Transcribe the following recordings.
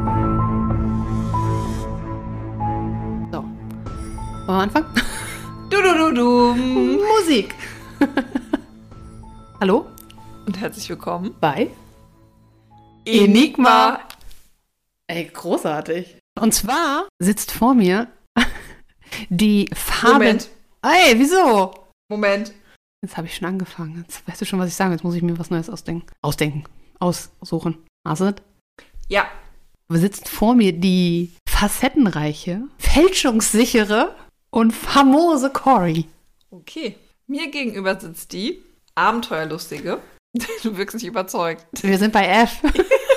Hallo? Und herzlich willkommen. Bei? Enigma. Ey, großartig. Und zwar sitzt vor mir die Farbe. Moment. Ey, wieso? Moment. Jetzt habe ich schon angefangen. Jetzt weißt du schon, was ich sagen. will. Jetzt muss ich mir was Neues ausdenken. Ausdenken. Aussuchen. Hast du das? Ja. Aber sitzt vor mir die facettenreiche, fälschungssichere und famose Cory. Okay. Mir gegenüber sitzt die Abenteuerlustige. Du wirkst nicht überzeugt. Wir sind bei F.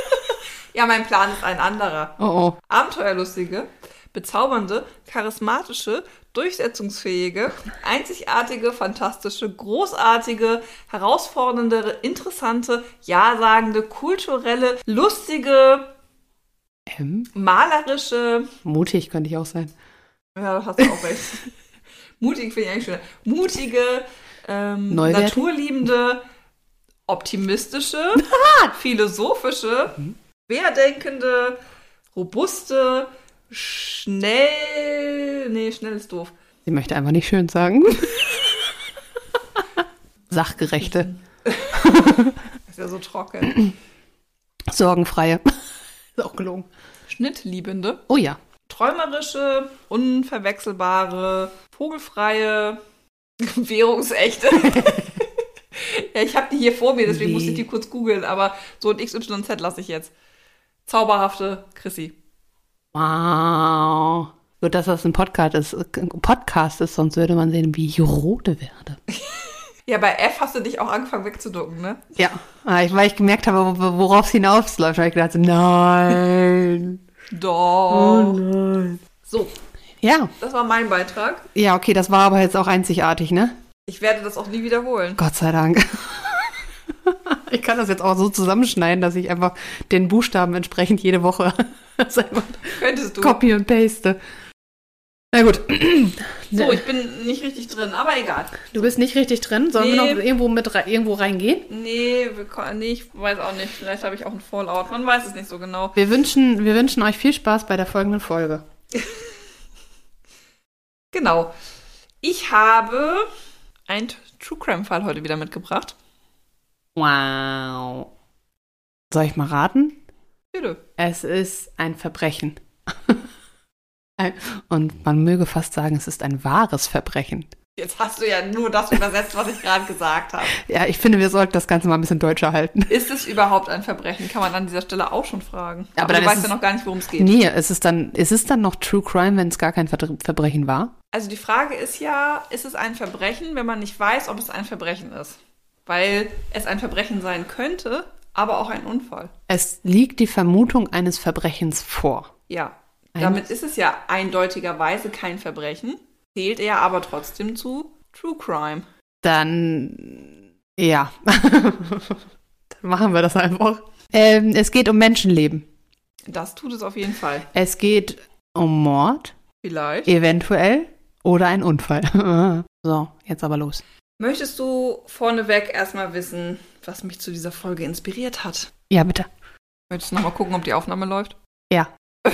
Ja, mein Plan ist ein anderer. Oh oh. Abenteuerlustige, bezaubernde, charismatische, durchsetzungsfähige, einzigartige, fantastische, großartige, herausfordernde, interessante, ja-sagende, kulturelle, lustige, M. malerische. Mutig könnte ich auch sein. Ja, da hast du auch recht. Mutig finde ich eigentlich schöner. Mutige, ähm, Neuwertig? naturliebende, optimistische, philosophische, querdenkende, robuste, schnell. Nee, schnell ist doof. Sie möchte einfach nicht schön sagen. Sachgerechte. Ist ja so trocken. Sorgenfreie. Ist auch gelogen. Schnittliebende, Oh ja. träumerische, unverwechselbare, vogelfreie, währungsechte. ja, ich habe die hier vor mir, deswegen Nee. musste ich die kurz googeln, aber so ein XYZ lasse ich jetzt. Zauberhafte Chrissy. Wow. Nur dass das ein Podcast ist, Podcast ist, sonst würde man sehen, wie ich rote werde. Ja, bei F hast du dich auch angefangen wegzuducken, ne? Ja, Ah, ich, weil ich gemerkt habe, wo- worauf es hinausläuft, habe ich gedacht, so, nein. Doch. Oh nein. So, Ja, das war mein Beitrag. ja, okay, das war aber jetzt auch einzigartig, ne? Ich werde das auch nie wiederholen. Gott sei Dank. Ich kann das jetzt auch so zusammenschneiden, dass ich einfach den Buchstaben entsprechend jede Woche das einfach Könntest du. copy und paste. Na gut. So, ich bin nicht richtig drin, aber egal. Du bist nicht richtig drin. Sollen Nee. wir noch irgendwo mit rei- irgendwo reingehen? Nee, wir, kon- nee, ich weiß auch nicht. Vielleicht habe ich auch einen Fallout. Man weiß es nicht so genau. Wir wünschen, wir wünschen euch viel Spaß bei der folgenden Folge. Genau. Ich habe einen T- True Crime-Fall heute wieder mitgebracht. Wow. Soll ich mal raten? Bitte. Es ist ein Verbrechen. Ein- Und man möge fast sagen, es ist ein wahres Verbrechen. Jetzt hast du ja nur das übersetzt, was ich gerade gesagt habe. Ja, ich finde, wir sollten das Ganze mal ein bisschen deutscher halten. Ist es überhaupt ein Verbrechen? Kann man an dieser Stelle auch schon fragen. Ja, aber du dann ist weißt ja es- noch gar nicht, worum es geht. Nee, es ist dann, es ist dann noch True Crime, wenn es gar kein Ver Verbrechen war. Also die Frage ist ja, ist es ein Verbrechen, wenn man nicht weiß, ob es ein Verbrechen ist? Weil es ein Verbrechen sein könnte, aber auch ein Unfall. Es liegt die Vermutung eines Verbrechens vor. Ja. Ein- Damit ist es ja eindeutigerweise kein Verbrechen, zählt er aber trotzdem zu True Crime. Dann, ja. dann machen wir das einfach. Ähm, es geht um Menschenleben. Das tut es auf jeden Fall. Es geht um Mord, Vielleicht. eventuell, oder ein Unfall. so, jetzt aber los. Möchtest du vorneweg erstmal wissen, was mich zu dieser Folge inspiriert hat? Ja, bitte. Möchtest du nochmal gucken, ob die Aufnahme läuft? Ja.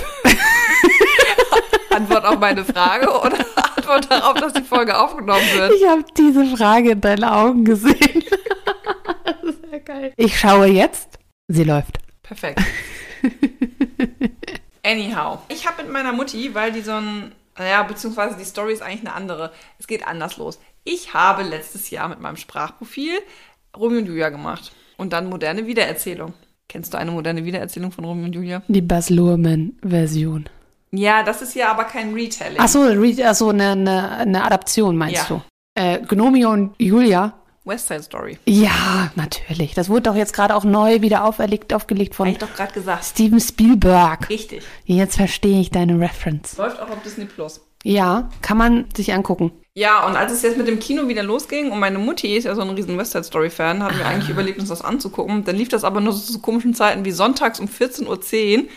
Antwort auf meine Frage oder Antwort darauf, dass die Folge aufgenommen wird? Ich habe diese Frage in deinen Augen gesehen. das ist ja geil. Ich schaue jetzt. Sie läuft. Perfekt. Anyhow, ich habe mit meiner Mutti, weil die so ein, naja, beziehungsweise die Story ist eigentlich eine andere. Es geht anders los. Ich habe letztes Jahr mit meinem Sprachprofil Romeo und Julia gemacht und dann moderne Wiedererzählung. Kennst du eine moderne Wiedererzählung von Romeo und Julia? Die Bas Luhrmann-Version. Ja, das ist ja aber kein Retelling. Achso, achso eine, eine, eine Adaption meinst Ja. du? Äh, Gnomio und Julia. West Side Story. Ja, natürlich. Das wurde doch jetzt gerade auch neu wieder auferlegt, aufgelegt von Habe ich doch gerade gesagt. Steven Spielberg. Richtig. Jetzt verstehe ich deine Reference. Läuft auch auf Disney Plus. Ja, kann man sich angucken. Ja, und als es jetzt mit dem Kino wieder losging und meine Mutti ist ja so ein riesen West Side Story Fan, hatten wir eigentlich überlegt, uns das anzugucken. Dann lief das aber nur so zu komischen Zeiten wie sonntags um 14.10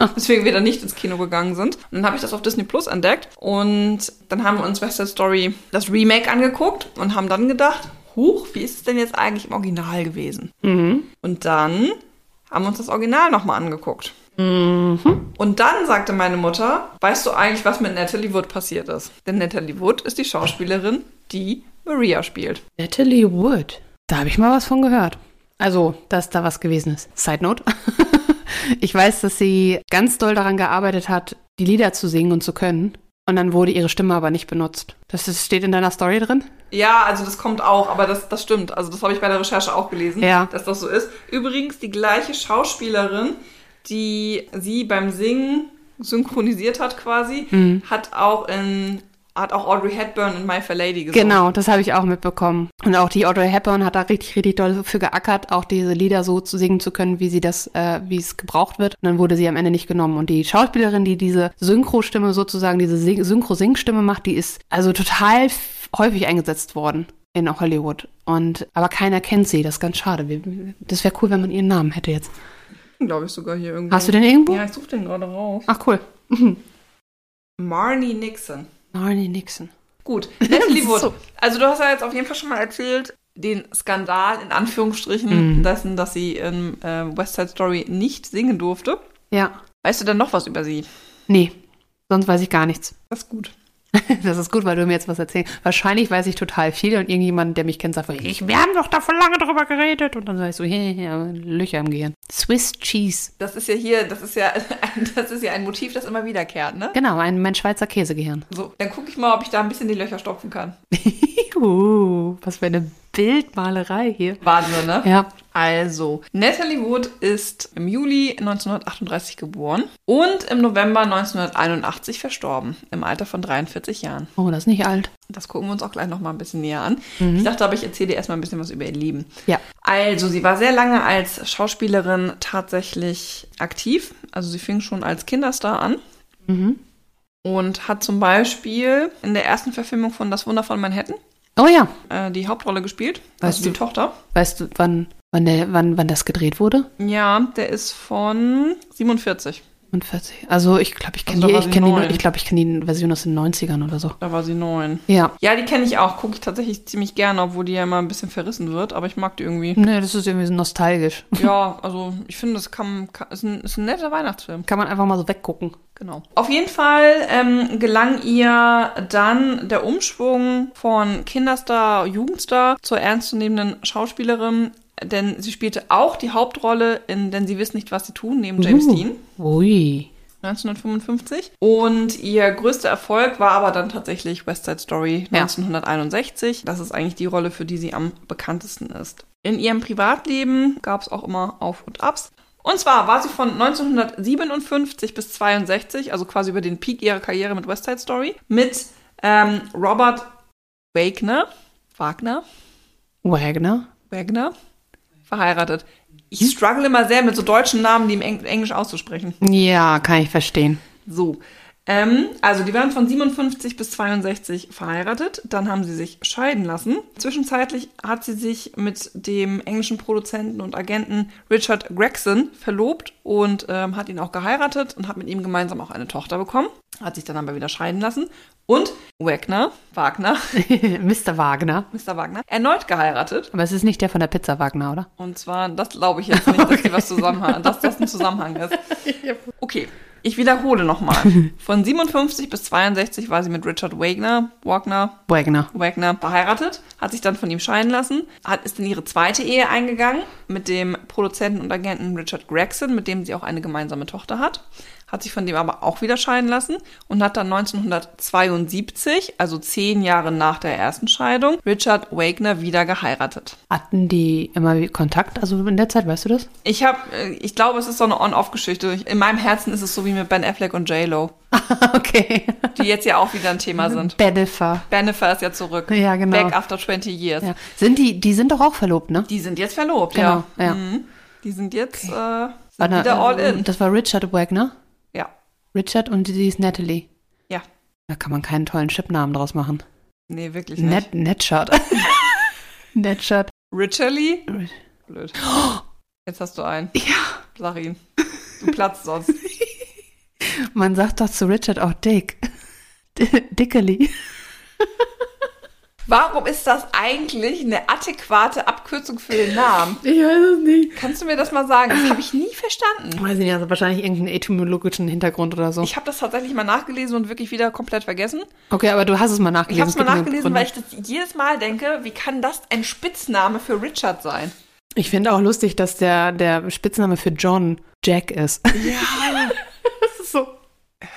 Uhr, weswegen wir dann nicht ins Kino gegangen sind. Und dann habe ich das auf Disney Plus entdeckt und dann haben wir uns West Side Story das Remake angeguckt und haben dann gedacht, huch, wie ist es denn jetzt eigentlich im Original gewesen? Mhm. Und dann haben wir uns das Original nochmal angeguckt. Mhm. Und dann sagte meine Mutter, weißt du eigentlich, was mit Natalie Wood passiert ist? Denn Natalie Wood ist die Schauspielerin, die Maria spielt. Natalie Wood. Da habe ich mal was von gehört. Also, dass da was gewesen ist. Side note. ich weiß, dass sie ganz doll daran gearbeitet hat, die Lieder zu singen und zu können. Und dann wurde ihre Stimme aber nicht benutzt. Das ist, steht in deiner Story drin? Ja, also das kommt auch, aber das, das stimmt. Also das habe ich bei der Recherche auch gelesen, Ja. dass das so ist. Übrigens die gleiche Schauspielerin, die sie beim Singen synchronisiert hat quasi, Mhm. hat auch in hat auch Audrey Hepburn in My Fair Lady gesungen. Genau, das habe ich auch mitbekommen. Und auch die Audrey Hepburn hat da richtig, richtig doll für geackert, auch diese Lieder so zu singen zu können, wie sie das, äh, wie es gebraucht wird. Und dann wurde sie am Ende nicht genommen. Und die Schauspielerin, die diese Synchro-Stimme sozusagen, diese Sing- Synchro-Sing-Stimme macht, die ist also total f- häufig eingesetzt worden in Hollywood. Und aber keiner kennt sie. Das ist ganz schade. Wir- Das wäre cool, wenn man ihren Namen hätte jetzt. Glaube ich sogar hier irgendwo. Hast du den irgendwo? Ja, ich suche den gerade raus. Ach cool. Marnie Nixon. Marnie Nixon. Gut, Natalie Wood. So. Also du hast ja jetzt auf jeden Fall schon mal erzählt, den Skandal in Anführungsstrichen dessen, dass sie in äh, West Side Story nicht singen durfte. Ja. Weißt du denn noch was über sie? Nee. Sonst weiß ich gar nichts. Das ist gut. Das ist gut, weil du mir jetzt was erzählst. Wahrscheinlich weiß ich total viel und irgendjemand, der mich kennt, sagt, ich, wir haben doch davon lange drüber geredet. Und dann sag ich so, hey, ja, Löcher im Gehirn. Swiss Cheese. Das ist ja hier, das ist ja, ein, das ist ja ein Motiv, das immer wiederkehrt, ne? Genau, ein, mein Schweizer Käsegehirn. So, dann gucke ich mal, ob ich da ein bisschen die Löcher stopfen kann. uh, was für eine Bildmalerei hier. Wahnsinn, ne? Ja. Also, Natalie Wood ist im Juli 1938 geboren und im November 1981 verstorben, im Alter von 43 Jahren. Oh, das ist nicht alt. Das gucken wir uns auch gleich nochmal ein bisschen näher an. Mhm. Ich dachte aber, ich erzähle dir erstmal ein bisschen was über ihr Leben. Ja. Also, sie war sehr lange als Schauspielerin tatsächlich aktiv. Also, sie fing schon als Kinderstar an. Mhm. Und hat zum Beispiel in der ersten Verfilmung von Das Wunder von Manhattan Oh ja. äh, die Hauptrolle gespielt. Weißt also du- die Tochter. Weißt du, wann, wann, der, wann, wann das gedreht wurde? Ja, der ist von 47. Und 40. Also ich glaube, ich kenne Also da die, war ich sie kenn neun. die, ich glaub, ich kenn die Version aus den 90ern oder so. Da war sie neun. Ja. Ja, die kenne ich auch. Gucke ich tatsächlich ziemlich gerne, obwohl die ja immer ein bisschen verrissen wird. Aber ich mag die irgendwie. Nee, das ist irgendwie so nostalgisch. Ja, also ich finde, das kann, kann ist, ein, ist ein netter Weihnachtsfilm. Kann man einfach mal so weggucken. Genau. Auf jeden Fall ähm, gelang ihr dann der Umschwung von Kinderstar, Jugendstar zur ernstzunehmenden Schauspielerin, denn sie spielte auch die Hauptrolle in Denn sie wissen nicht, was sie tun, neben James Uh. Dean. Ui. 1955. Und ihr größter Erfolg war aber dann tatsächlich West Side Story Ja. 1961. Das ist eigentlich die Rolle, für die sie am bekanntesten ist. In ihrem Privatleben gab es auch immer Auf und Abs. Und zwar war sie von 1957 bis 62, also quasi über den Peak ihrer Karriere mit West Side Story, mit ähm, Robert Wagner, Wagner, Wagner? Wagner verheiratet. Ich struggle immer sehr mit so deutschen Namen, die im Eng Englisch auszusprechen. Ja, kann ich verstehen. So. Ähm, also die waren von 57 bis 62 verheiratet, dann haben sie sich scheiden lassen. Zwischenzeitlich hat sie sich mit dem englischen Produzenten und Agenten Richard Gregson verlobt und ähm, hat ihn auch geheiratet und hat mit ihm gemeinsam auch eine Tochter bekommen, hat sich dann aber wieder scheiden lassen und Wagner, Wagner, Mr. Wagner. Mr. Wagner, erneut geheiratet. Aber es ist nicht der von der Pizza Wagner, oder? Und zwar, das glaube ich jetzt nicht, dass, die was zusammen, dass das ein Zusammenhang ist. Okay, ich wiederhole nochmal. Von 57 bis 62 war sie mit Richard Wagner, Wagner, Wagner. Wagner verheiratet, hat sich dann von ihm scheiden lassen, hat, ist in ihre zweite Ehe eingegangen mit dem Produzenten und Agenten Richard Gregson, mit dem sie auch eine gemeinsame Tochter hat, hat sich von dem aber auch wieder scheiden lassen und hat dann 1972, also zehn Jahre nach der ersten Scheidung, Richard Wagner wieder geheiratet. Hatten die immer wie- Kontakt? Also in der Zeit, weißt du das? Ich habe, ich glaube, es ist so eine On-Off-Geschichte. Ich- In meinem Herzen ist es so wie mit Ben Affleck und J-Lo, okay. die jetzt ja auch wieder ein Thema sind. Benefer. Bennifer ist ja zurück. Ja, genau. Back after 20 years. Ja. Sind die, die sind doch auch verlobt, ne? Die sind jetzt verlobt, Genau, ja. ja. Mhm. Die sind jetzt äh, sind Warte, wieder all äh, in. Das war Richard Wagner. Ja, Richard und die ist Natalie. ja. Da kann man keinen tollen Chipnamen draus machen. Nee, wirklich nicht. Net, Netshot. Netshot. Richarly? Rich- Blöd. Jetzt hast du einen. Ja. Sag ihn. Du platzt sonst. Man sagt doch zu Richard auch Dick. D- Dickeli. Warum ist das eigentlich eine adäquate Abkürzung für den Namen? Ich weiß es nicht. Kannst du mir das mal sagen? Das habe ich nie verstanden. Weiß ich nicht, also wahrscheinlich irgendeinen etymologischen Hintergrund oder so. Ich habe das tatsächlich mal nachgelesen und wirklich wieder komplett vergessen. Okay, aber du hast es mal nachgelesen. Ich habe es mal gibt einen nachgelesen, Grund. weil ich das jedes Mal denke, wie kann das ein Spitzname für Richard sein? Ich finde auch lustig, dass der, der Spitzname für John Jack ist. Ja. Das ist so.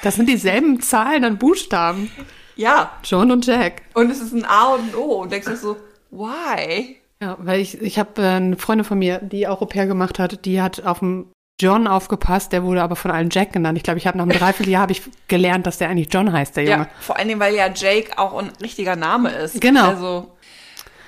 Das sind dieselben Zahlen an Buchstaben. Ja, John und Jack. und es ist ein A und ein O und denkst du so, why? Ja, weil ich, ich habe äh, eine Freundin von mir, die auch Au pair gemacht hat, die hat auf dem John aufgepasst, der wurde aber von allen Jack genannt. Ich glaube, ich habe nach einem Dreivierteljahr habe ich gelernt, dass der eigentlich John heißt, der Junge. Ja, vor allen Dingen, weil ja Jake auch ein richtiger Name ist. Genau. Also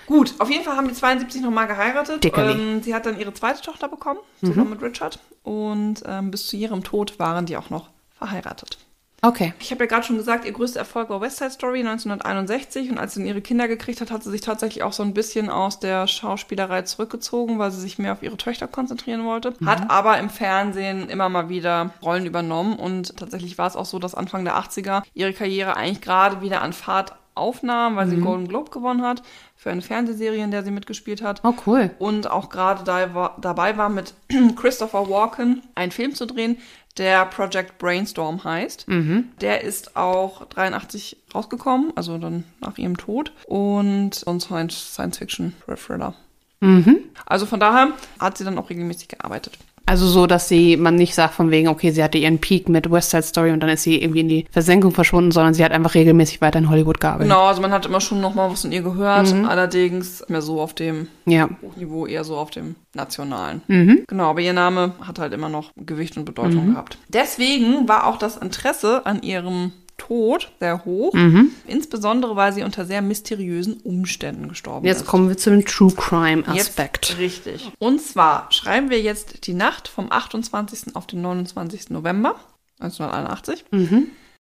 gut, auf jeden Fall haben die 72 nochmal geheiratet. Dickerli. Mhm. Ähm, sie hat dann ihre zweite Tochter bekommen, zusammen mit Richard. Und ähm, bis zu ihrem Tod waren die auch noch verheiratet. Okay. Ich habe ja gerade schon gesagt, ihr größter Erfolg war West Side Story 1961 und als sie dann ihre Kinder gekriegt hat, hat sie sich tatsächlich auch so ein bisschen aus der Schauspielerei zurückgezogen, weil sie sich mehr auf ihre Töchter konzentrieren wollte. Mhm. Hat aber im Fernsehen immer mal wieder Rollen übernommen und tatsächlich war es auch so, dass Anfang der 80er ihre Karriere eigentlich gerade wieder an Fahrt aufnahm, Mhm. weil sie einen Golden Globe gewonnen hat für eine Fernsehserie, in der sie mitgespielt hat Oh, cool. und auch gerade da, war- dabei war, mit Christopher Walken einen Film zu drehen, der Project Brainstorm heißt. Der ist auch 83 rausgekommen, also dann nach ihrem Tod. Und so ein Science- Science-Fiction-Thriller. Also von daher hat sie dann auch regelmäßig gearbeitet. Also so, dass sie, man nicht sagt von wegen, okay, sie hatte ihren Peak mit West Side Story und dann ist sie irgendwie in die Versenkung verschwunden, sondern sie hat einfach regelmäßig weiter in Hollywood gearbeitet. Genau, also man hat immer schon nochmal was von ihr gehört, allerdings mehr so auf dem Ja. Hochniveau, eher so auf dem nationalen. Mhm. Genau, aber ihr Name hat halt immer noch Gewicht und Bedeutung gehabt. Deswegen war auch das Interesse an ihrem Tod sehr hoch, Mhm. insbesondere weil sie unter sehr mysteriösen Umständen gestorben Jetzt ist. kommen wir zu dem True Crime Aspekt. Jetzt richtig. Und zwar schreiben wir jetzt die Nacht vom 28. auf den 29. November 1981. Mhm.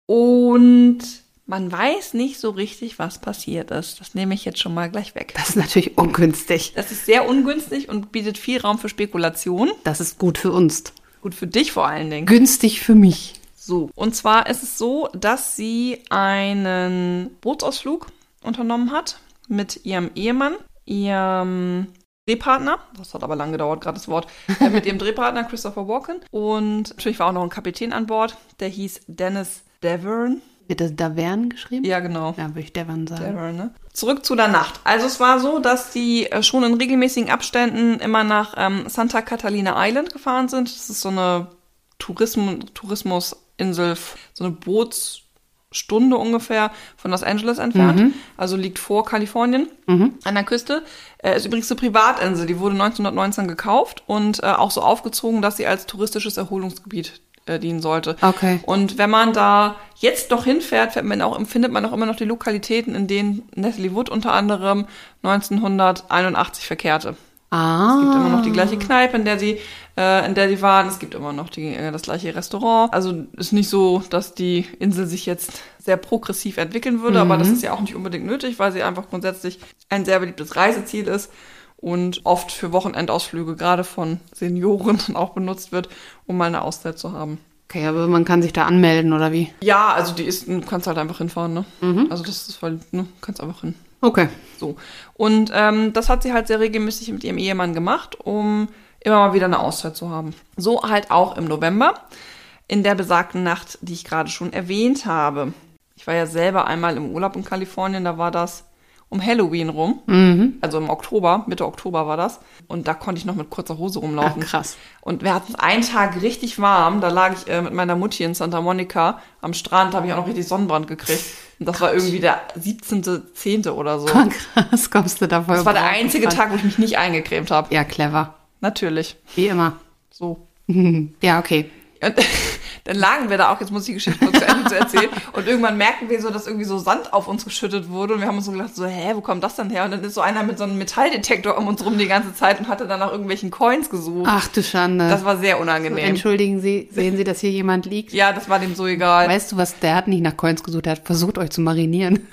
Und man weiß nicht so richtig, was passiert ist. Das nehme ich jetzt schon mal gleich weg. Das ist natürlich ungünstig. Das ist sehr ungünstig und bietet viel Raum für Spekulation. Das ist gut für uns. Gut für dich vor allen Dingen. Günstig für mich. So. Und zwar ist es so, dass sie einen Bootsausflug unternommen hat mit ihrem Ehemann, ihrem Drehpartner, das hat aber lang gedauert, gerade das Wort, äh, mit ihrem Drehpartner Christopher Walken und natürlich war auch noch ein Kapitän an Bord, der hieß Dennis Devern. Wird das Davern geschrieben? Ja, genau. Ja, würde ich Davern sagen. Daryl, ne? Zurück zu der Nacht. Also es war so, dass die äh, schon in regelmäßigen Abständen immer nach ähm, Santa Catalina Island gefahren sind. Das ist so eine Tourism Tourismusinsel, f- so eine Bootsstunde ungefähr von Los Angeles entfernt. Also liegt vor Kalifornien an der Küste. Äh, ist übrigens eine Privatinsel, die wurde 1919 gekauft und äh, auch so aufgezogen, dass sie als touristisches Erholungsgebiet äh, dienen sollte. Okay. Und wenn man da jetzt noch hinfährt, fährt man auch, findet man auch immer noch die Lokalitäten, in denen Natalie Wood unter anderem 1981 verkehrte. Ah. Es gibt immer noch die gleiche Kneipe, in der sie, äh, in der sie waren. Es gibt immer noch die, äh, das gleiche Restaurant. Also ist nicht so, dass die Insel sich jetzt sehr progressiv entwickeln würde, aber das ist ja auch nicht unbedingt nötig, weil sie einfach grundsätzlich ein sehr beliebtes Reiseziel ist und oft für Wochenendausflüge gerade von Senioren dann auch benutzt wird, um mal eine Auszeit zu haben. Okay, aber man kann sich da anmelden oder wie? Ja, also die ist, du kannst halt einfach hinfahren, ne? Also das ist voll, ne, kannst einfach hin. Okay. So. Und ähm, das hat sie halt sehr regelmäßig mit ihrem Ehemann gemacht, um immer mal wieder eine Auszeit zu haben. So halt auch im November, in der besagten Nacht, die ich gerade schon erwähnt habe. Ich war ja selber einmal im Urlaub in Kalifornien, da war das um Halloween rum. Mhm. Also im Oktober, Mitte Oktober war das. Und da konnte ich noch mit kurzer Hose rumlaufen. Ach, krass. Und wir hatten einen Tag richtig warm. Da lag ich äh, mit meiner Mutti in Santa Monica am Strand. Da habe ich auch noch richtig Sonnenbrand gekriegt. Und das war irgendwie der 17.10. oder so. Krass, kommst du da voll. Das war der drauf. einzige Tag, wo ich mich nicht eingecremt habe. Ja, clever. halt Natürlich. Wie immer. So. Ja, okay. Und dann lagen wir da auch, jetzt muss ich die Geschichte kurz zu Ende zu erzählen. Und irgendwann merken wir so, dass irgendwie so Sand auf uns geschüttet wurde. Und wir haben uns so gedacht, so, hä, wo kommt das denn her? Und dann ist so einer mit so einem Metalldetektor um uns rum die ganze Zeit und hatte dann nach irgendwelchen Coins gesucht. Ach du Schande. Das war sehr unangenehm. Entschuldigen Sie, sehen Sie, dass hier jemand liegt? Ja, das war dem so egal. Weißt du was, der hat nicht nach Coins gesucht, der hat versucht, euch zu marinieren.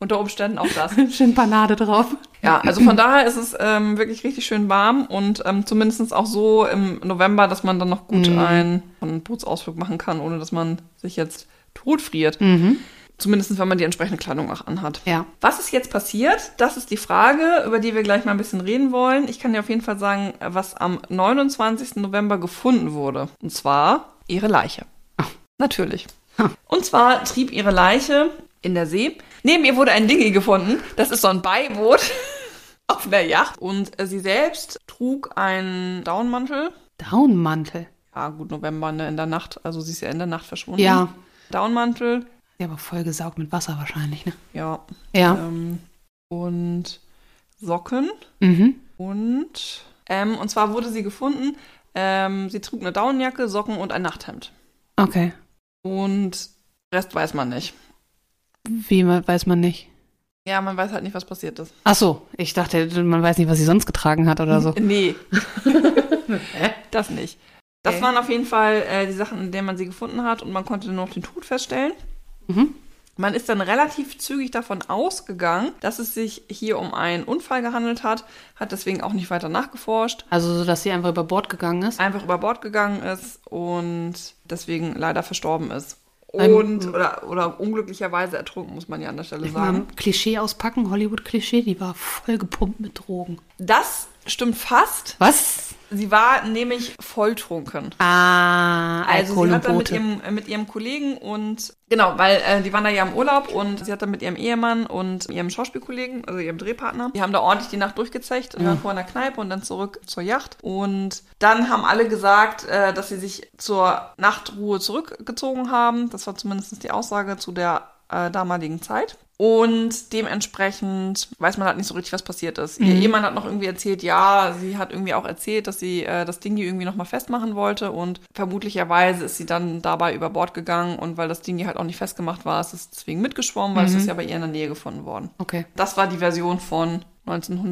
Unter Umständen auch das. Schön Panade drauf. Ja, also von daher ist es ähm, wirklich richtig schön warm und ähm, zumindest auch so im November, dass man dann noch gut einen, einen Bootsausflug machen kann, ohne dass man sich jetzt totfriert. Zumindest, wenn man die entsprechende Kleidung auch anhat. Ja. Was ist jetzt passiert? Das ist die Frage, über die wir gleich mal ein bisschen reden wollen. Ich kann dir auf jeden Fall sagen, was am 29. November gefunden wurde. Und zwar ihre Leiche. Natürlich. Ah. Und zwar trieb ihre Leiche in der See. Neben ihr wurde ein Dinghy gefunden. Das ist so ein Beiboot auf einer Yacht. Und äh, sie selbst trug einen Downmantel. Downmantel. Ja, gut, November ne, in der Nacht. Also sie ist ja in der Nacht verschwunden. Ja. Downmantel. Ja, aber vollgesaugt mit Wasser wahrscheinlich, ne? Ja. Ja. Ähm, und Socken. Mhm. Und, ähm, und zwar wurde sie gefunden. Ähm, sie trug eine Daunenjacke, Socken und ein Nachthemd. Okay. Und Rest weiß man nicht. Wie man, weiß man nicht. Ja, man weiß halt nicht, was passiert ist. Ach so, ich dachte, man weiß nicht, was sie sonst getragen hat oder so. Nee, das nicht. Das Okay. waren auf jeden Fall äh, die Sachen, in denen man sie gefunden hat und man konnte nur noch den Tod feststellen. Mhm. Man ist dann relativ zügig davon ausgegangen, dass es sich hier um einen Unfall gehandelt hat, hat deswegen auch nicht weiter nachgeforscht, Also, so, dass sie einfach über Bord gegangen ist. einfach über Bord gegangen ist und deswegen leider verstorben ist. Ein- Mhm. Und oder, oder unglücklicherweise ertrunken, muss man ja an der Stelle Mal sagen. ein Klischee auspacken, Hollywood-Klischee, die war voll gepumpt mit Drogen. Das stimmt fast. Was? Sie war nämlich volltrunken. Ah, Also sie hat dann mit Alkoholbote. ihrem, äh, mit ihrem Kollegen und genau, weil äh, die waren da ja im Urlaub und sie hat dann mit ihrem Ehemann und ihrem Schauspielkollegen, also ihrem Drehpartner, die haben da ordentlich die Nacht durchgezecht und waren vor einer Kneipe und dann zurück zur Yacht. Und dann haben alle gesagt, äh, dass sie sich zur Nachtruhe zurückgezogen haben. Das war zumindest die Aussage zu der äh, damaligen Zeit. Und dementsprechend weiß man halt nicht so richtig, was passiert ist. Ihr Ehemann hat noch irgendwie erzählt, ja, sie hat irgendwie auch erzählt, dass sie äh, das Ding hier irgendwie nochmal festmachen wollte und vermutlicherweise ist sie dann dabei über Bord gegangen und weil das Ding hier halt auch nicht festgemacht war, ist es deswegen mitgeschwommen, weil es ist ja bei ihr in der Nähe gefunden worden. Okay, Das war die Version von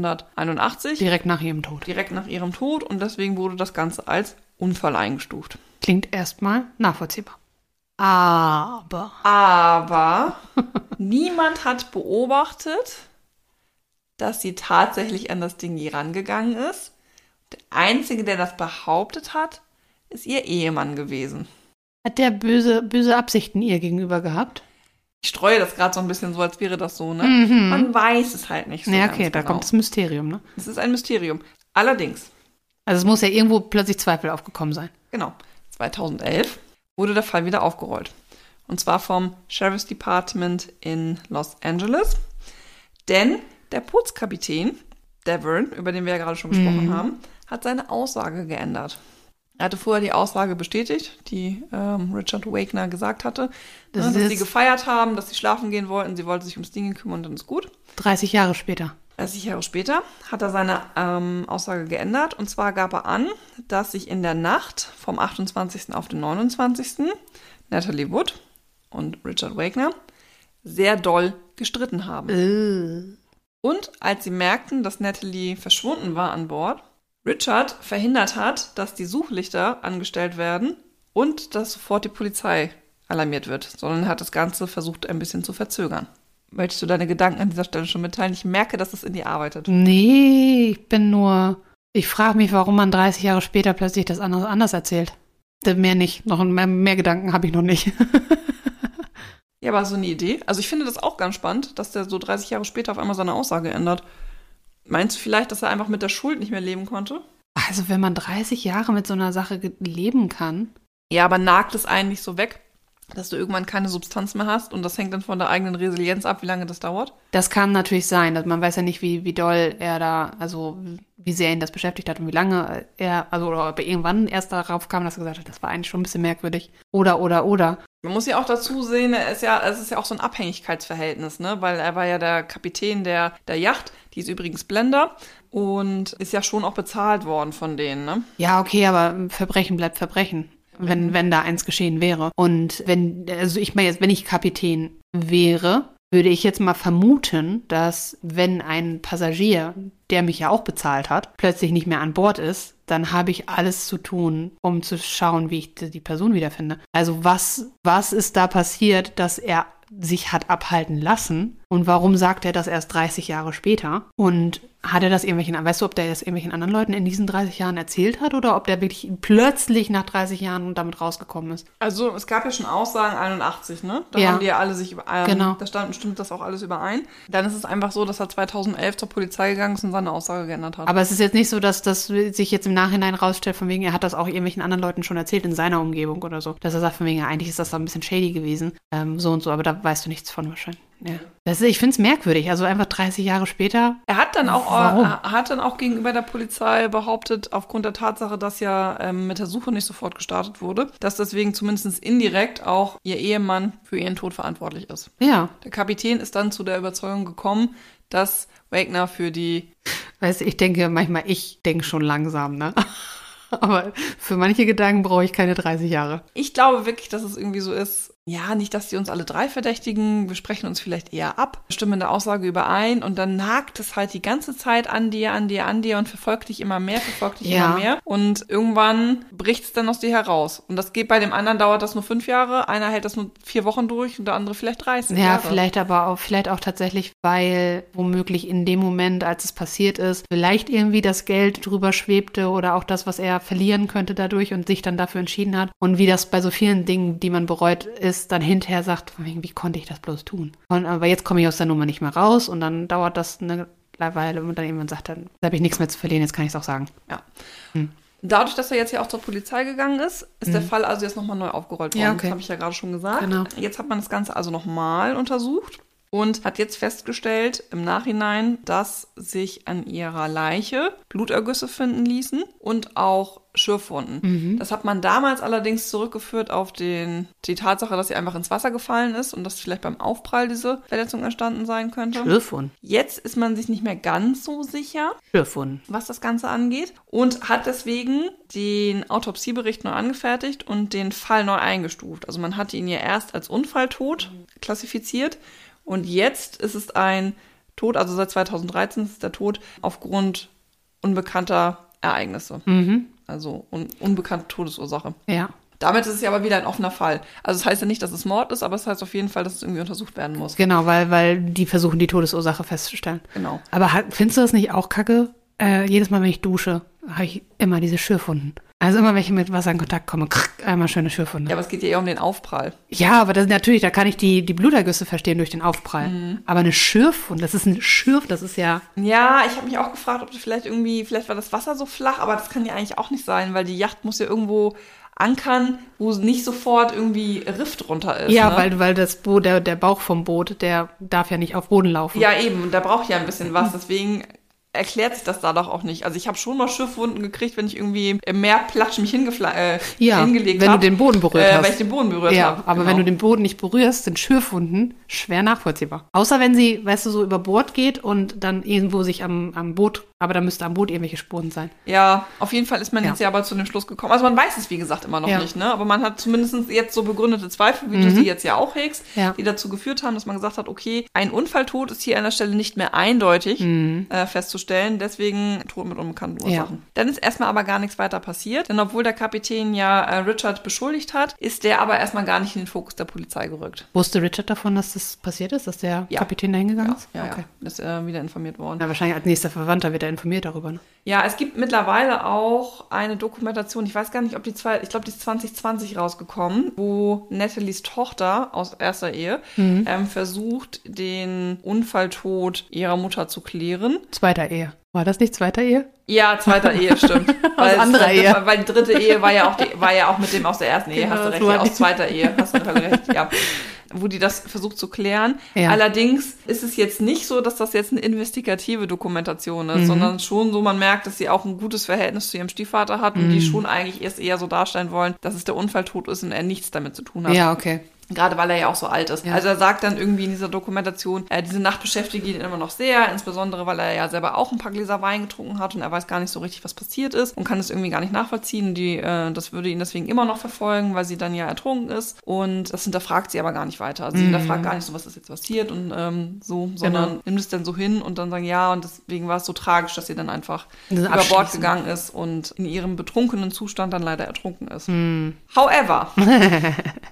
1981, direkt nach ihrem Tod. direkt nach ihrem Tod und deswegen wurde das Ganze als Unfall eingestuft. Klingt erstmal nachvollziehbar. Aber. Aber niemand hat beobachtet, dass sie tatsächlich an das Ding hier rangegangen ist. Der Einzige, der das behauptet hat, ist ihr Ehemann gewesen. Hat der böse, böse Absichten ihr gegenüber gehabt? Ich streue das gerade so ein bisschen so, als wäre das so, ne? Mhm. Man weiß es halt nicht so. ja, ganz okay, da genau. kommt das Mysterium, ne? Es ist ein Mysterium. Allerdings, Also es muss ja irgendwo plötzlich Zweifel aufgekommen sein. genau, 2011 wurde der Fall wieder aufgerollt. Und zwar vom Sheriff's Department in Los Angeles. Denn der Bootskapitän, Devon, über den wir ja gerade schon Mhm. gesprochen haben, hat seine Aussage geändert. Er hatte vorher die Aussage bestätigt, die ähm, Richard Wagner gesagt hatte, Das ne, ist- dass sie gefeiert haben, dass sie schlafen gehen wollten, sie wollte sich ums Ding kümmern und dann ist gut. 30 Jahre später. 30 Äh, Jahre später hat er seine ähm, Aussage geändert. Und zwar gab er an, dass sich in der Nacht vom 28. auf den 29. Natalie Wood und Richard Wagner sehr doll gestritten haben. Äh. Und als sie merkten, dass Natalie verschwunden war an Bord, Richard verhindert hat, dass die Suchlichter angestellt werden und dass sofort die Polizei alarmiert wird, sondern hat das Ganze versucht, ein bisschen zu verzögern. Möchtest du deine Gedanken an dieser Stelle schon mitteilen? Ich merke, dass es in dir arbeitet. Nee, ich bin nur. Ich frage mich, warum man 30 Jahre später plötzlich das anders, anders erzählt. Mehr nicht. Noch mehr, mehr Gedanken habe ich noch nicht. Ja, aber so eine Idee. Also ich finde das auch ganz spannend, dass der so 30 Jahre später auf einmal seine Aussage ändert. Meinst du vielleicht, dass er einfach mit der Schuld nicht mehr leben konnte? Also wenn man 30 Jahre mit so einer Sache ge- leben kann. Ja, aber nagt es einen nicht so weg, dass du irgendwann keine Substanz mehr hast und das hängt dann von der eigenen Resilienz ab, wie lange das dauert? Das kann natürlich sein. dass Man weiß ja nicht, wie, wie doll er da, also wie sehr ihn das beschäftigt hat und wie lange er, also oder ob er irgendwann erst darauf kam, dass er gesagt hat, das war eigentlich schon ein bisschen merkwürdig. Oder, oder, oder. Man muss ja auch dazu sehen, er ist ja, es ist ja auch so ein Abhängigkeitsverhältnis, ne? Weil er war ja der Kapitän der, der Yacht, die ist übrigens Blender und ist ja schon auch bezahlt worden von denen, ne? Ja, okay, aber Verbrechen bleibt Verbrechen, wenn, wenn da eins geschehen wäre. Und wenn, also ich meine jetzt, wenn ich Kapitän wäre, würde ich jetzt mal vermuten, dass wenn ein Passagier, der mich ja auch bezahlt hat, plötzlich nicht mehr an Bord ist, dann habe ich alles zu tun, um zu schauen, wie ich die die Person wiederfinde. Also was, was ist da passiert, dass er sich hat abhalten lassen? Und warum sagt er das erst 30 Jahre später? Und Hat er das irgendwelchen, weißt du, ob der das irgendwelchen anderen Leuten in diesen 30 Jahren erzählt hat oder ob der wirklich plötzlich nach 30 Jahren damit rausgekommen ist? Also es gab ja schon Aussagen 81, ne? Da Ja. haben die ja alle sich über- ähm, Genau. Da stand, stimmt das auch alles überein. Dann ist es einfach so, dass er 2011 zur Polizei gegangen ist und seine Aussage geändert hat. Aber es ist jetzt nicht so, dass das sich jetzt im Nachhinein rausstellt, von wegen, er hat das auch irgendwelchen anderen Leuten schon erzählt in seiner Umgebung oder so. Dass er sagt, von wegen, ja, eigentlich ist das da ein bisschen shady gewesen, ähm, so und so, aber da weißt du nichts von wahrscheinlich. Ja. Das ist, ich finde es merkwürdig. Also einfach 30 Jahre später. Er hat dann auch Warum? er hat dann auch gegenüber der Polizei behauptet, aufgrund der Tatsache, dass ja ähm, mit der Suche nicht sofort gestartet wurde, dass deswegen zumindest indirekt auch ihr Ehemann für ihren Tod verantwortlich ist. Ja, Der Kapitän ist dann zu der Überzeugung gekommen, dass Wagner für die weißt du, ich denke manchmal, ich denke schon langsam, ne? Aber für manche Gedanken brauche ich keine 30 Jahre. Ich glaube wirklich, dass es irgendwie so ist. Ja, nicht, dass die uns alle drei verdächtigen. Wir sprechen uns vielleicht eher ab, stimmen in der Aussage überein und dann nagt es halt die ganze Zeit an dir, an dir, an dir und verfolgt dich immer mehr, verfolgt dich Ja. immer mehr. Und irgendwann bricht es dann aus dir heraus. Und das geht bei dem anderen, dauert das nur fünf Jahre, einer hält das nur vier Wochen durch und der andere vielleicht 30 Ja, Jahre. vielleicht aber auch, vielleicht auch tatsächlich, weil womöglich in dem Moment, als es passiert ist, vielleicht irgendwie das Geld drüber schwebte oder auch das, was er verlieren könnte dadurch und sich dann dafür entschieden hat. Und wie das bei so vielen Dingen, die man bereut, ist, dann hinterher sagt, von wegen, wie konnte ich das bloß tun? Und, aber jetzt komme ich aus der Nummer nicht mehr raus und dann dauert das eine Weile und dann irgendwann sagt er, jetzt habe ich nichts mehr zu verlieren, jetzt kann ich es auch sagen. Ja. Dadurch, dass er jetzt ja auch zur Polizei gegangen ist, ist der Fall also jetzt nochmal neu aufgerollt worden. Mhm. Ja, okay. Das habe ich ja gerade schon gesagt. Genau. Jetzt hat man das Ganze also nochmal untersucht und hat jetzt festgestellt im Nachhinein, dass sich an ihrer Leiche Blutergüsse finden ließen und auch Schürfwunden. Mhm. Das hat man damals allerdings zurückgeführt auf den, die Tatsache, dass sie einfach ins Wasser gefallen ist und dass vielleicht beim Aufprall diese Verletzung entstanden sein könnte. Schürfwunden. Jetzt ist man sich nicht mehr ganz so sicher Schürfwunden. was das Ganze angeht und hat deswegen den Autopsiebericht neu angefertigt und den Fall neu eingestuft. Also man hatte ihn ja erst als Unfalltod klassifiziert und jetzt ist es ein Tod, also seit 2013 ist es der Tod aufgrund unbekannter Ereignisse. Also un unbekannte Todesursache. Mhm, Ja. Damit ist es ja aber wieder ein offener Fall. Also es das heißt ja nicht, dass es Mord ist, aber es das heißt auf jeden Fall, dass es irgendwie untersucht werden muss. Genau, weil, weil die versuchen, die Todesursache festzustellen. Genau. Aber ha- findest du das nicht auch kacke? Äh, jedes Mal, wenn ich dusche, habe ich immer diese Schürfwunden. Also immer, wenn ich mit Wasser in Kontakt komme, krack, einmal schöne Schürfwunde. Ja, Ja, aber es geht ja eher um den Aufprall. aber das, natürlich, da kann ich die, die Blutergüsse verstehen durch den Aufprall. Mhm. Aber eine Schürfwunde, das ist ein Schürf, das ist ja, Ja, ich habe mich auch gefragt, ob das vielleicht irgendwie, vielleicht war das Wasser so flach, aber das kann ja eigentlich auch nicht sein, weil die Yacht muss ja irgendwo ankern, wo es nicht sofort irgendwie Riff drunter ist. ja, ne? weil, weil das Bo der, der Bauch vom Boot, der darf ja nicht auf Boden laufen. Ja, eben, und da braucht ja ein bisschen was, deswegen erklärt sich das da doch auch nicht. Also ich habe schon mal Schiffwunden gekriegt, wenn ich irgendwie im Meer platsch mich hingefla äh, Ja, hingelegt wenn du hab, den Boden berührt äh, hast. Weil ich den Boden berührt genau. Ja, habe. aber wenn du den Boden nicht berührst, sind Schürfwunden schwer nachvollziehbar. Außer wenn sie, weißt du, so über Bord geht und dann irgendwo sich am, am Boot, aber da müsste am Boot irgendwelche Spuren sein. Ja, auf jeden Fall ist man Ja. jetzt ja aber zu dem Schluss gekommen. Also man weiß es, wie gesagt, immer noch Ja. Mhm. nicht, ne? Aber man hat zumindest jetzt so begründete Zweifel, wie du sie jetzt ja auch hegst, Ja. die dazu geführt haben, dass man gesagt hat, okay, ein Unfalltod ist hier an der Stelle nicht mehr eindeutig äh, festzustellen, deswegen Tod mit unbekannten Ursachen. Mhm. Ja. Dann ist erstmal aber gar nichts weiter passiert, denn obwohl der Kapitän ja äh, Richard beschuldigt hat, ist der aber erstmal gar nicht in den Fokus der Polizei gerückt. Wusste Richard davon, dass das passiert ist, dass der Ja. Kapitän da hingegangen ist? Ja, okay. ja, ist äh, wieder informiert worden. Na, wahrscheinlich als nächster Verwandter wird er informiert darüber. Ne? Ja, es gibt mittlerweile auch eine Dokumentation, ich weiß gar nicht, ob die zwei, ich glaube, die ist 2020 rausgekommen, wo Nathalies Tochter aus erster Ehe ähm, versucht, den Unfalltod ihrer Mutter zu klären. Zweiter Ehe. War das nicht zweiter Ehe? Ja, zweiter Ehe, stimmt. es- anderer weil, Ehe. Weil die dritte Ehe war ja auch, die, war ja auch mit dem aus der ersten Ehe, Genau, hast du das recht, war ja, die- aus zweiter Ehe, hast du recht, ja. Wo die das versucht zu klären. Ja. Allerdings ist es jetzt nicht so, dass das jetzt eine investigative Dokumentation Mhm. ist, sondern schon so, man merkt, dass sie auch ein gutes Verhältnis zu ihrem Stiefvater hat und die Mhm. schon eigentlich erst eher so darstellen wollen, dass es der Unfalltod ist und er nichts damit zu tun hat. Ja, okay. Gerade weil er ja auch so alt ist. Ja. Also er sagt dann irgendwie in dieser Dokumentation, äh, diese Nacht beschäftigt ihn immer noch sehr, insbesondere weil er ja selber auch ein paar Gläser Wein getrunken hat und er weiß gar nicht so richtig, was passiert ist und kann es irgendwie gar nicht nachvollziehen. Die, äh, das würde ihn deswegen immer noch verfolgen, weil sie dann ja ertrunken ist. Und das hinterfragt sie aber gar nicht weiter. Also sie hinterfragt gar nicht so, was ist jetzt passiert und ähm, so, sondern Mhm. Genau. nimmt es dann so hin und dann sagen, ja, und deswegen war es so tragisch, dass sie dann einfach Also über Bord abschließen. gegangen ist und in Mhm. ihrem betrunkenen Zustand dann leider ertrunken ist. However,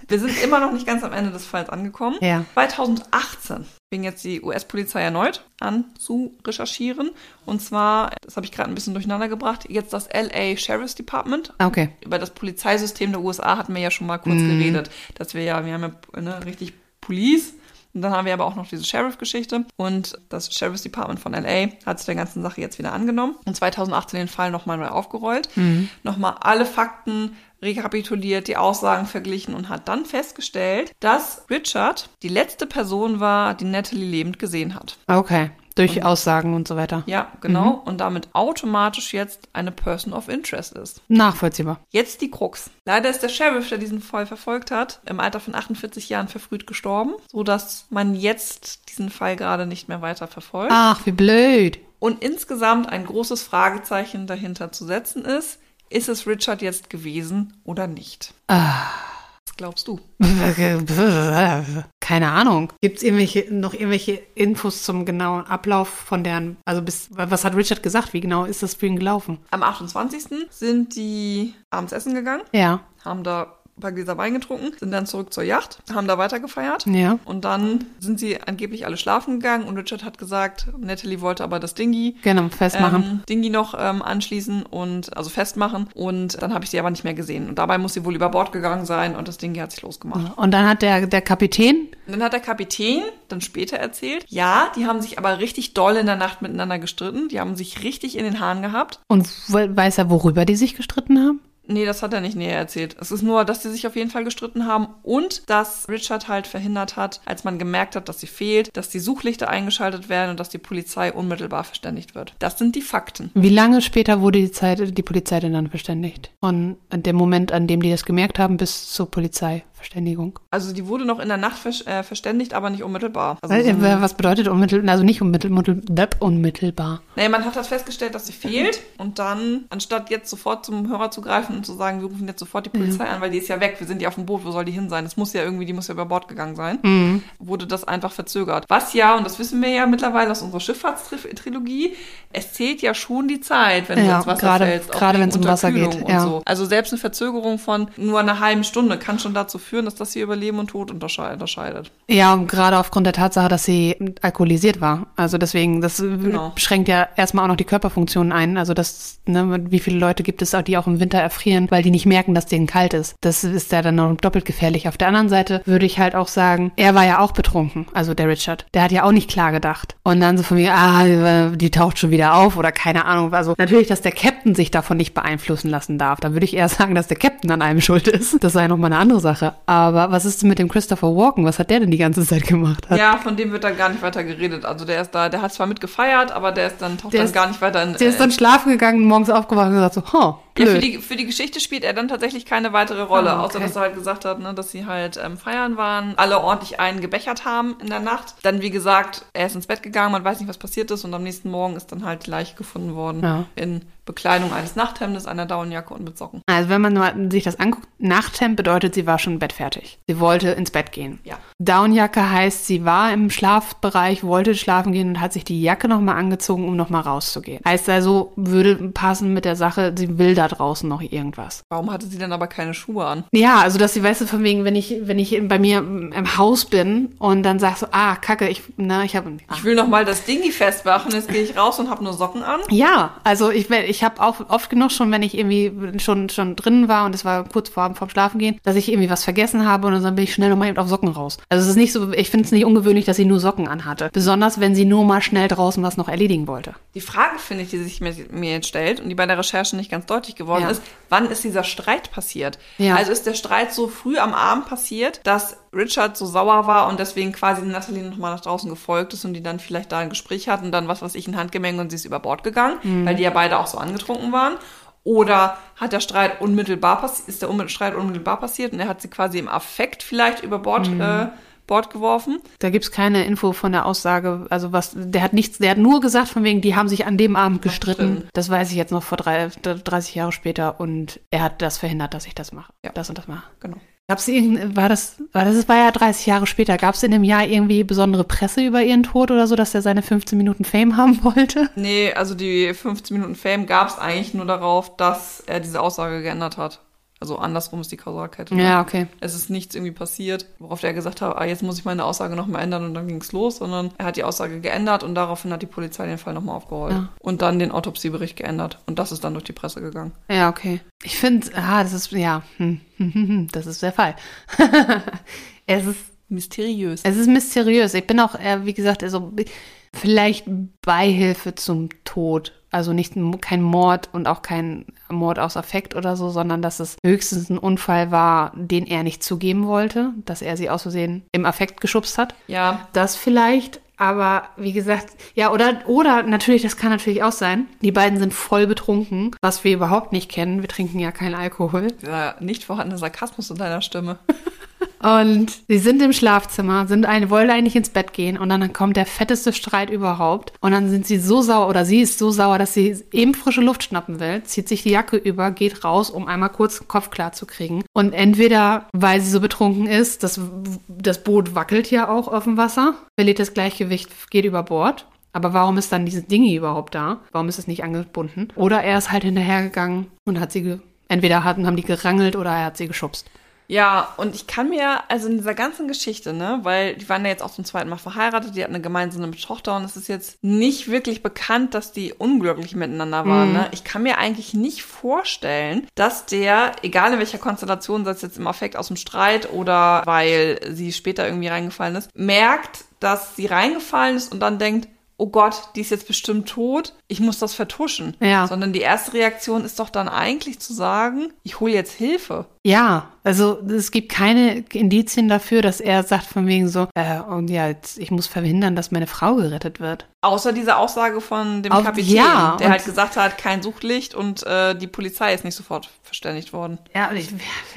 wir sind immer noch nicht nicht ganz am Ende des Falls angekommen. Ja. 2018 fing jetzt die US-Polizei erneut an zu recherchieren. Und zwar, das habe ich gerade ein bisschen durcheinander gebracht, jetzt das LA Sheriff's Department. Ah, Okay. Über das Polizeisystem der USA hatten wir ja schon mal kurz geredet, dass wir ja, wir haben ja ne, richtig Police. Und dann haben wir aber auch noch diese Sheriff-Geschichte. Und das Sheriff's Department von LA hat sich der ganzen Sache jetzt wieder angenommen und 2018 den Fall nochmal neu aufgerollt. Nochmal alle Fakten rekapituliert, die Aussagen verglichen und hat dann festgestellt, dass Richard die letzte Person war, die Natalie lebend gesehen hat. Okay. Durch Aussagen und so weiter. Ja, genau. Und damit automatisch jetzt eine Person of Interest ist. Nachvollziehbar. Jetzt die Krux. Leider ist der Sheriff, der diesen Fall verfolgt hat, im Alter von 48 Jahren verfrüht gestorben, sodass man jetzt diesen Fall gerade nicht mehr weiter verfolgt. Ach, wie blöd. Und insgesamt ein großes Fragezeichen dahinter zu setzen ist, ist es Richard jetzt gewesen oder nicht? Was glaubst du? Keine Ahnung. Gibt es irgendwelche, noch irgendwelche Infos zum genauen Ablauf von deren, also bis, was hat Richard gesagt? Wie genau ist das für ihn gelaufen? Am 28. sind die abends essen gegangen, Ja. haben da ein paar Gläser Wein getrunken, sind dann zurück zur Yacht, haben da weitergefeiert. Ja. Und dann sind sie angeblich alle schlafen gegangen und Richard hat gesagt, Natalie wollte aber das Dingy Genau, festmachen. Ähm, Dingi noch ähm, anschließen und also festmachen und dann habe ich sie aber nicht mehr gesehen. Und dabei muss sie wohl über Bord gegangen sein und das Dingi hat sich losgemacht. Und dann hat der, der Kapitän, Und dann hat der Kapitän dann später erzählt, ja, die haben sich aber richtig doll in der Nacht miteinander gestritten. Die haben sich richtig in den Haaren gehabt. und we- weiß er, worüber die sich gestritten haben? Nee, das hat er nicht näher erzählt. Es ist nur, dass sie sich auf jeden Fall gestritten haben und dass Richard halt verhindert hat, als man gemerkt hat, dass sie fehlt, dass die Suchlichter eingeschaltet werden und dass die Polizei unmittelbar verständigt wird. Das sind die Fakten. Wie lange später wurde die, Zeit, die Polizei denn dann verständigt? Von dem Moment, an dem die das gemerkt haben, bis zur Polizeiverständigung. Also die wurde noch in der Nacht vers äh, verständigt, aber nicht unmittelbar. Also Weil, so äh, ein- was bedeutet unmittelbar, also nicht unmittelbar, unmittelbar. nee, man hat halt festgestellt, dass sie Mhm. fehlt und dann, anstatt jetzt sofort zum Hörer zu greifen und zu sagen, wir rufen jetzt sofort die Mhm. Polizei an, weil die ist ja weg, wir sind ja auf dem Boot, wo soll die hin sein? Das muss ja irgendwie, die muss ja über Bord gegangen sein, Mhm. wurde das einfach verzögert. Was ja, und das wissen wir ja mittlerweile aus unserer Schifffahrtstrilogie, es zählt ja schon die Zeit, wenn du Ja, ins Wasser gerade- fällst. auch gerade wegen wenn's um Wasser Unterkühlung geht, und ja. So. Also selbst eine Verzögerung von nur einer halben Stunde kann schon dazu führen, dass das hier über Leben und Tod untersche- unterscheidet. Ja, und gerade aufgrund der Tatsache, dass sie alkoholisiert war. Also deswegen, das äh, Genau. schränkt ja erstmal auch noch die Körperfunktionen ein. Also das, ne, wie viele Leute gibt es auch, die auch im Winter erfrieren, weil die nicht merken, dass denen kalt ist. Das ist ja dann noch doppelt gefährlich. Auf der anderen Seite würde ich halt auch sagen, er war ja auch betrunken, also der Richard. Der hat ja auch nicht klar gedacht. Und dann so von mir, ah, äh, die taucht schon wieder auf oder keine Ahnung. Also natürlich, dass der Captain sich davon nicht beeinflussen lassen darf. Da würde ich eher sagen, dass der Captain an einem schuld ist. Das sei nochmal eine andere Sache. Aber was ist denn mit dem Christopher Walken? Was hat der denn die ganze Zeit gemacht? Hat Ja, von dem wird dann gar nicht weiter geredet. Also der ist da, der hat zwar mitgefeiert, aber der ist dann taucht Der dann ist- gar nicht weiter in. Der ist dann schlafen gegangen, und morgens aufgewacht und gesagt so, ha, äh, ja, für, blöd. die, für die Geschichte spielt er dann tatsächlich keine weitere Rolle, Ah, okay. außer dass er halt gesagt hat, ne, dass sie halt ähm, feiern waren, alle ordentlich einen gebechert haben in der Nacht. Dann, wie gesagt, er ist ins Bett gegangen, man weiß nicht, was passiert ist und am nächsten Morgen ist dann halt die Leiche gefunden worden Ja. in Bekleidung eines Nachthemdes, einer Daunenjacke und mit Socken. Also wenn man mal sich das anguckt, Nachthemd bedeutet, sie war schon im Bett fertig. Sie wollte ins Bett gehen. Ja. Downjacke heißt, sie war im Schlafbereich, wollte schlafen gehen und hat sich die Jacke nochmal angezogen, um nochmal rauszugehen. Heißt also, würde passen mit der Sache, sie will da draußen noch irgendwas. Warum hatte sie dann aber keine Schuhe an? Ja, also dass sie weißt du, von wegen, wenn ich, wenn ich bei mir im Haus bin und dann sagst du, ah, kacke, ich, ne, ich habe Ich will nochmal das Dingi festmachen, jetzt gehe ich raus und habe nur Socken an. Ja, also ich, we- ich habe auch oft genug schon, wenn ich irgendwie schon, schon drinnen war und es war kurz vor vorm Schlafengehen, dass ich irgendwie was vergessen habe und dann bin ich schnell nochmal eben auf Socken raus. Also es ist nicht so, ich finde es nicht ungewöhnlich, dass sie nur Socken anhatte. Besonders wenn sie nur mal schnell draußen was noch erledigen wollte. Die Frage, finde ich, die sich mir, mir jetzt stellt und die bei der Recherche nicht ganz deutlich geworden Ja. ist, wann ist dieser Streit passiert? Ja. Also ist der Streit so früh am Abend passiert, dass Richard so sauer war und deswegen quasi Natalie nochmal nach draußen gefolgt ist und die dann vielleicht da ein Gespräch hatten, dann was weiß ich, ein Handgemenge und sie ist über Bord gegangen, Mhm. weil die ja beide auch so angetrunken waren. Oder hat der Streit unmittelbar passi- ist der Unmittel- Streit unmittelbar passiert und er hat sie quasi im Affekt vielleicht über Bord, Mhm. äh, Bord geworfen? Da gibt's keine Info von der Aussage, also was, der hat nichts, der hat nur gesagt von wegen, die haben sich an dem Abend gestritten. drin. Das weiß ich jetzt noch vor drei, 30 Jahre später und er hat das verhindert, dass ich das mache. Ja. Das und das mache. Genau. Gab's irgend, war das, war das, das war ja 30 Jahre später, gab's in dem Jahr irgendwie besondere Presse über ihren Tod oder so, dass er seine 15 Minuten Fame haben wollte? Nee, also die 15 Minuten Fame gab es eigentlich nur darauf, dass er diese Aussage geändert hat. Also andersrum ist die Kausalkette. Ja, okay. Es ist nichts irgendwie passiert, worauf er gesagt hat, ah, jetzt muss ich meine Aussage nochmal ändern und dann ging's los, sondern er hat die Aussage geändert und daraufhin hat die Polizei den Fall nochmal aufgerollt Ja. und dann den Autopsiebericht geändert und das ist dann durch die Presse gegangen. Ja, okay. Ich finde, ah, das ist, ja, hm, hm, hm, hm, das ist der Fall. es ist Mysteriös. Es ist mysteriös. Ich bin auch, eher, wie gesagt, also vielleicht Beihilfe zum Tod. Also nicht ein- kein Mord und auch kein Mord aus Affekt oder so, sondern dass es höchstens ein Unfall war, den er nicht zugeben wollte, dass er sie aus Versehen im Affekt geschubst hat. Ja, Das vielleicht, aber wie gesagt, ja, oder, oder natürlich, das kann natürlich auch sein. Die beiden sind voll betrunken, was wir überhaupt nicht kennen. Wir trinken ja keinen Alkohol. dieser äh, nicht vorhandene Sarkasmus in deiner Stimme. Und sie sind im Schlafzimmer, sind eine, wollen eigentlich ins Bett gehen und dann kommt der fetteste Streit überhaupt. Und dann sind sie so sauer oder sie ist so sauer, dass sie eben frische Luft schnappen will, zieht sich die Jacke über, geht raus, um einmal kurz den Kopf klar zu kriegen. Und entweder, weil sie so betrunken ist, das, das Boot wackelt ja auch auf dem Wasser, verliert das Gleichgewicht, geht über Bord. Aber warum ist dann dieses Dingi überhaupt da? Warum ist es nicht angebunden? Oder er ist halt hinterhergegangen und hat sie, ge entweder hatten, haben die gerangelt oder er hat sie geschubst. Ja, und ich kann mir, also in dieser ganzen Geschichte, ne, weil die waren ja jetzt auch zum zweiten Mal verheiratet, die hatten eine gemeinsame Tochter und es ist jetzt nicht wirklich bekannt, dass die unglücklich miteinander waren, ne. Ich kann mir eigentlich nicht vorstellen, dass der, egal in welcher Konstellation, sei es jetzt im Affekt aus dem Streit oder weil sie später irgendwie reingefallen ist, merkt, dass sie reingefallen ist und dann denkt, Oh Gott, die ist jetzt bestimmt tot. Ich muss das vertuschen. Ja. Sondern die erste Reaktion ist doch dann eigentlich zu sagen, ich hole jetzt Hilfe. Ja, also es gibt keine Indizien dafür, dass er sagt von wegen so, äh, und ja, jetzt, ich muss verhindern, dass meine Frau gerettet wird. Außer diese Aussage von dem Auf- Kapitän, ja, der und- halt gesagt hat, kein Suchlicht und äh, die Polizei ist nicht sofort verständigt worden. Ja, und ich,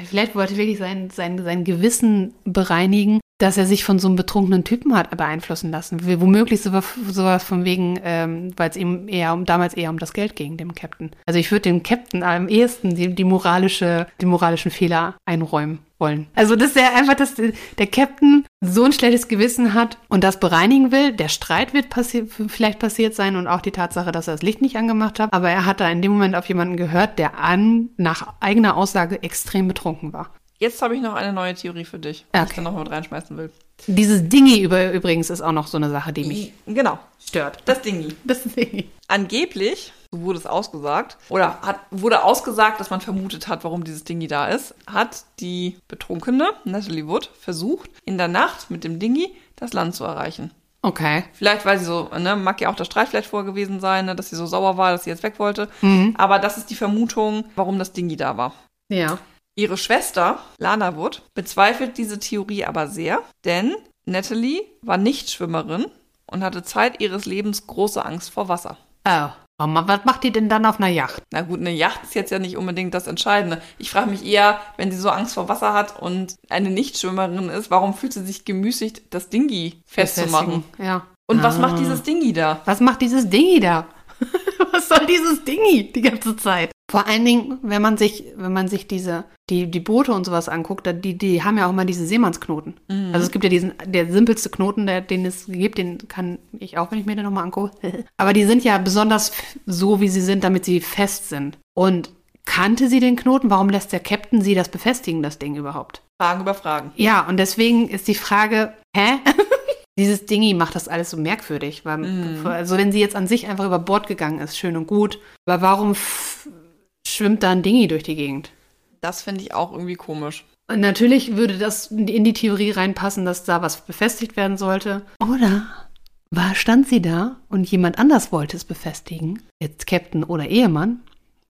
vielleicht wollte er wirklich sein, sein, sein Gewissen bereinigen, dass er sich von so einem betrunkenen Typen hat beeinflussen lassen. W- Womöglich sowas, sowas von wegen, ähm, weil es ihm eher um damals eher um das Geld ging, dem Captain. Also ich würde dem Captain am ehesten die, die moralische, den moralischen Fehler einräumen wollen. Also dass er einfach, dass der Captain so ein schlechtes Gewissen hat und das bereinigen will. Der Streit wird passi vielleicht passiert sein und auch die Tatsache, dass er das Licht nicht angemacht hat. Aber er hat da in dem Moment auf jemanden gehört, der an, nach eigener Aussage extrem betrunken war. Jetzt habe ich noch eine neue Theorie für dich, die ich Okay. dann noch mit reinschmeißen will. Dieses Dingi über übrigens ist auch noch so eine Sache, die mich Genau, stört. das Dingi. Das Dingi. Angeblich, so wurde es ausgesagt, oder hat, wurde ausgesagt, dass man vermutet hat, warum dieses Dingi da ist, hat die Betrunkene, Natalie Wood, versucht, in der Nacht mit dem Dingi das Land zu erreichen. Okay. Vielleicht, weil sie so, ne, mag ja auch der Streit vielleicht vorher gewesen sein, ne, dass sie so sauer war, dass sie jetzt weg wollte. Aber das ist die Vermutung, warum das Dingi da war. Ja. Ihre Schwester, Lana Wood, bezweifelt diese Theorie aber sehr, denn Natalie war nicht Schwimmerin und hatte Zeit ihres Lebens große Angst vor Wasser. Oh. Mama, was macht die denn dann auf einer Yacht? Na gut, eine Yacht ist jetzt ja nicht unbedingt das Entscheidende. Ich frage mich eher, wenn sie so Angst vor Wasser hat und eine Nichtschwimmerin ist, warum fühlt sie sich gemüßigt, das Dingi festzumachen? Ja. Und was Ah. macht dieses Dingi da? Was macht dieses Dingi da? Was soll dieses Dingi die ganze Zeit? Vor allen Dingen, wenn man sich, wenn man sich diese, die, die Boote und sowas anguckt, da- die, die haben ja auch immer diese Seemannsknoten. Also es gibt ja diesen, der simpelste Knoten, der, den es gibt, den kann ich auch, wenn ich mir den nochmal angucke. Aber die sind ja besonders f- so, wie sie sind, damit sie fest sind. Und kannte sie den Knoten? Warum lässt der Captain sie das befestigen, das Ding überhaupt? Fragen über Fragen. Ja, und deswegen ist die Frage, hä? Dieses Dingi macht das alles so merkwürdig, weil also wenn sie jetzt an sich einfach über Bord gegangen ist, schön und gut, aber warum f- schwimmt da ein Dingi durch die Gegend? Das finde ich auch irgendwie komisch. Und natürlich würde das in die Theorie reinpassen, dass da was befestigt werden sollte. Oder war stand sie da und jemand anders wollte es befestigen, jetzt Captain oder Ehemann,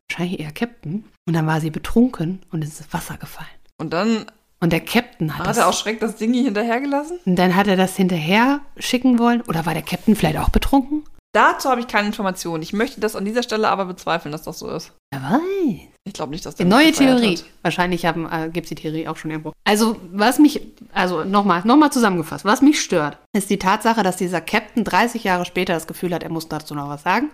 wahrscheinlich eher Captain, und dann war sie betrunken und ist ins Wasser gefallen. Und dann Und der Captain hat, hat das er auch schreck das Dingi hinterhergelassen. Und dann hat er das hinterher schicken wollen. Oder war der Captain vielleicht auch betrunken? Dazu habe ich keine Informationen. Ich möchte das an dieser Stelle aber bezweifeln, dass das so ist. Wer weiß. Ich glaube nicht, dass Die der neue mitgefeiert Theorie. Hat. Wahrscheinlich haben, äh, gibt es die Theorie auch schon irgendwo. Also, was mich, also nochmal noch mal zusammengefasst, was mich stört, ist die Tatsache, dass dieser Captain 30 Jahre später das Gefühl hat, er muss dazu noch was sagen,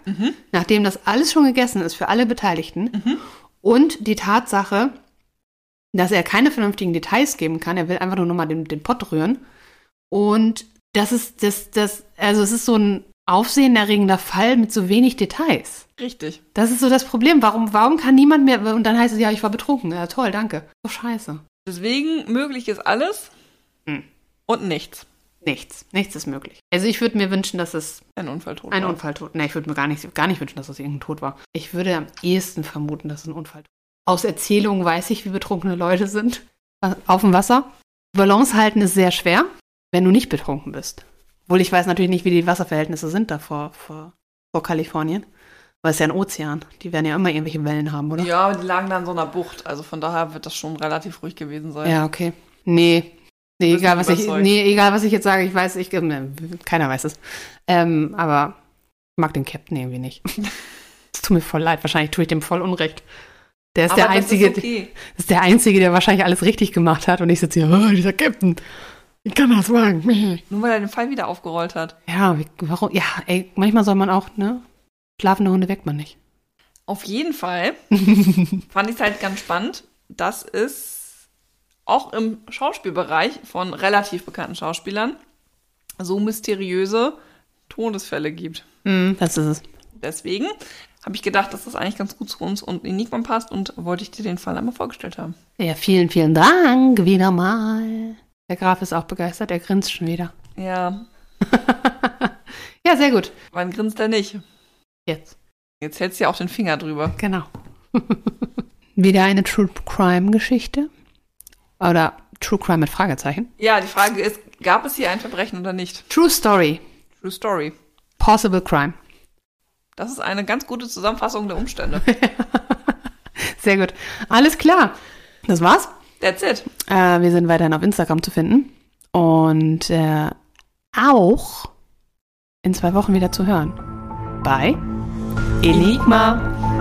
nachdem das alles schon gegessen ist für alle Beteiligten. Und die Tatsache, dass er keine vernünftigen Details geben kann. Er will einfach nur nochmal den, den Pott rühren. Und das ist, das, das, also es ist so ein aufsehenerregender Fall mit so wenig Details. Richtig. Das ist so das Problem. Warum, warum kann niemand mehr. Und dann heißt es, ja, ich war betrunken. Ja, toll, danke. So scheiße. Deswegen möglich ist alles Hm. und nichts. Nichts. Nichts ist möglich. Also ich würde mir wünschen, dass es Ein Unfalltod. ein war. Unfalltod. Ne, ich würde mir gar nicht, gar nicht wünschen, dass es irgendein Tod war. Ich würde am ehesten vermuten, dass es ein Unfalltod war. Aus Erzählungen weiß ich, wie betrunkene Leute sind. Auf dem Wasser. Balance halten ist sehr schwer, wenn du nicht betrunken bist. Obwohl ich weiß natürlich nicht, wie die Wasserverhältnisse sind da vor, vor, vor Kalifornien. Weil es ist ja ein Ozean. Die werden ja immer irgendwelche Wellen haben, oder? Ja, aber die lagen da in so einer Bucht. Also von daher wird das schon relativ ruhig gewesen sein. Ja, okay. Nee. Nee Du bist egal, was ich, überzeugt. nee, egal, was ich jetzt sage, ich weiß, ich, ne, keiner weiß es. Ähm, aber ich mag den Captain irgendwie nicht. Es tut mir voll leid, wahrscheinlich tue ich dem voll Unrecht. Der ist aber der das Einzige, Ist okay. das ist der Einzige, der wahrscheinlich alles richtig gemacht hat und ich sitze hier, oh, dieser Captain, ich kann das wagen. Nur weil er den Fall wieder aufgerollt hat. Ja, wie, warum, ja, ey, manchmal soll man auch, ne, schlafende Hunde weckt man nicht. Hm, Auf jeden Fall fand ich es halt ganz spannend, dass es auch im Schauspielbereich von relativ bekannten Schauspielern so mysteriöse Todesfälle gibt. Hm, das ist es. Deswegen habe ich gedacht, dass das eigentlich ganz gut zu uns und Enigma passt und wollte ich dir den Fall einmal vorgestellt haben. Ja, vielen, vielen Dank, wieder mal. Der Graf ist auch begeistert, er grinst schon wieder. Ja, ja, sehr gut. wann grinst er nicht? Jetzt. Jetzt hältst du ja auch den Finger drüber. Genau. Wieder eine True Crime Geschichte. Oder True Crime mit Fragezeichen. Ja, die Frage ist, gab es hier ein Verbrechen oder nicht? True Story. True Story. Possible Crime. Das ist eine ganz gute Zusammenfassung der Umstände. Sehr gut. Alles klar. Das war's. That's it. Äh, wir sind weiterhin auf Instagram zu finden. Und äh, auch in zwei Wochen wieder zu hören. Bei Enigma.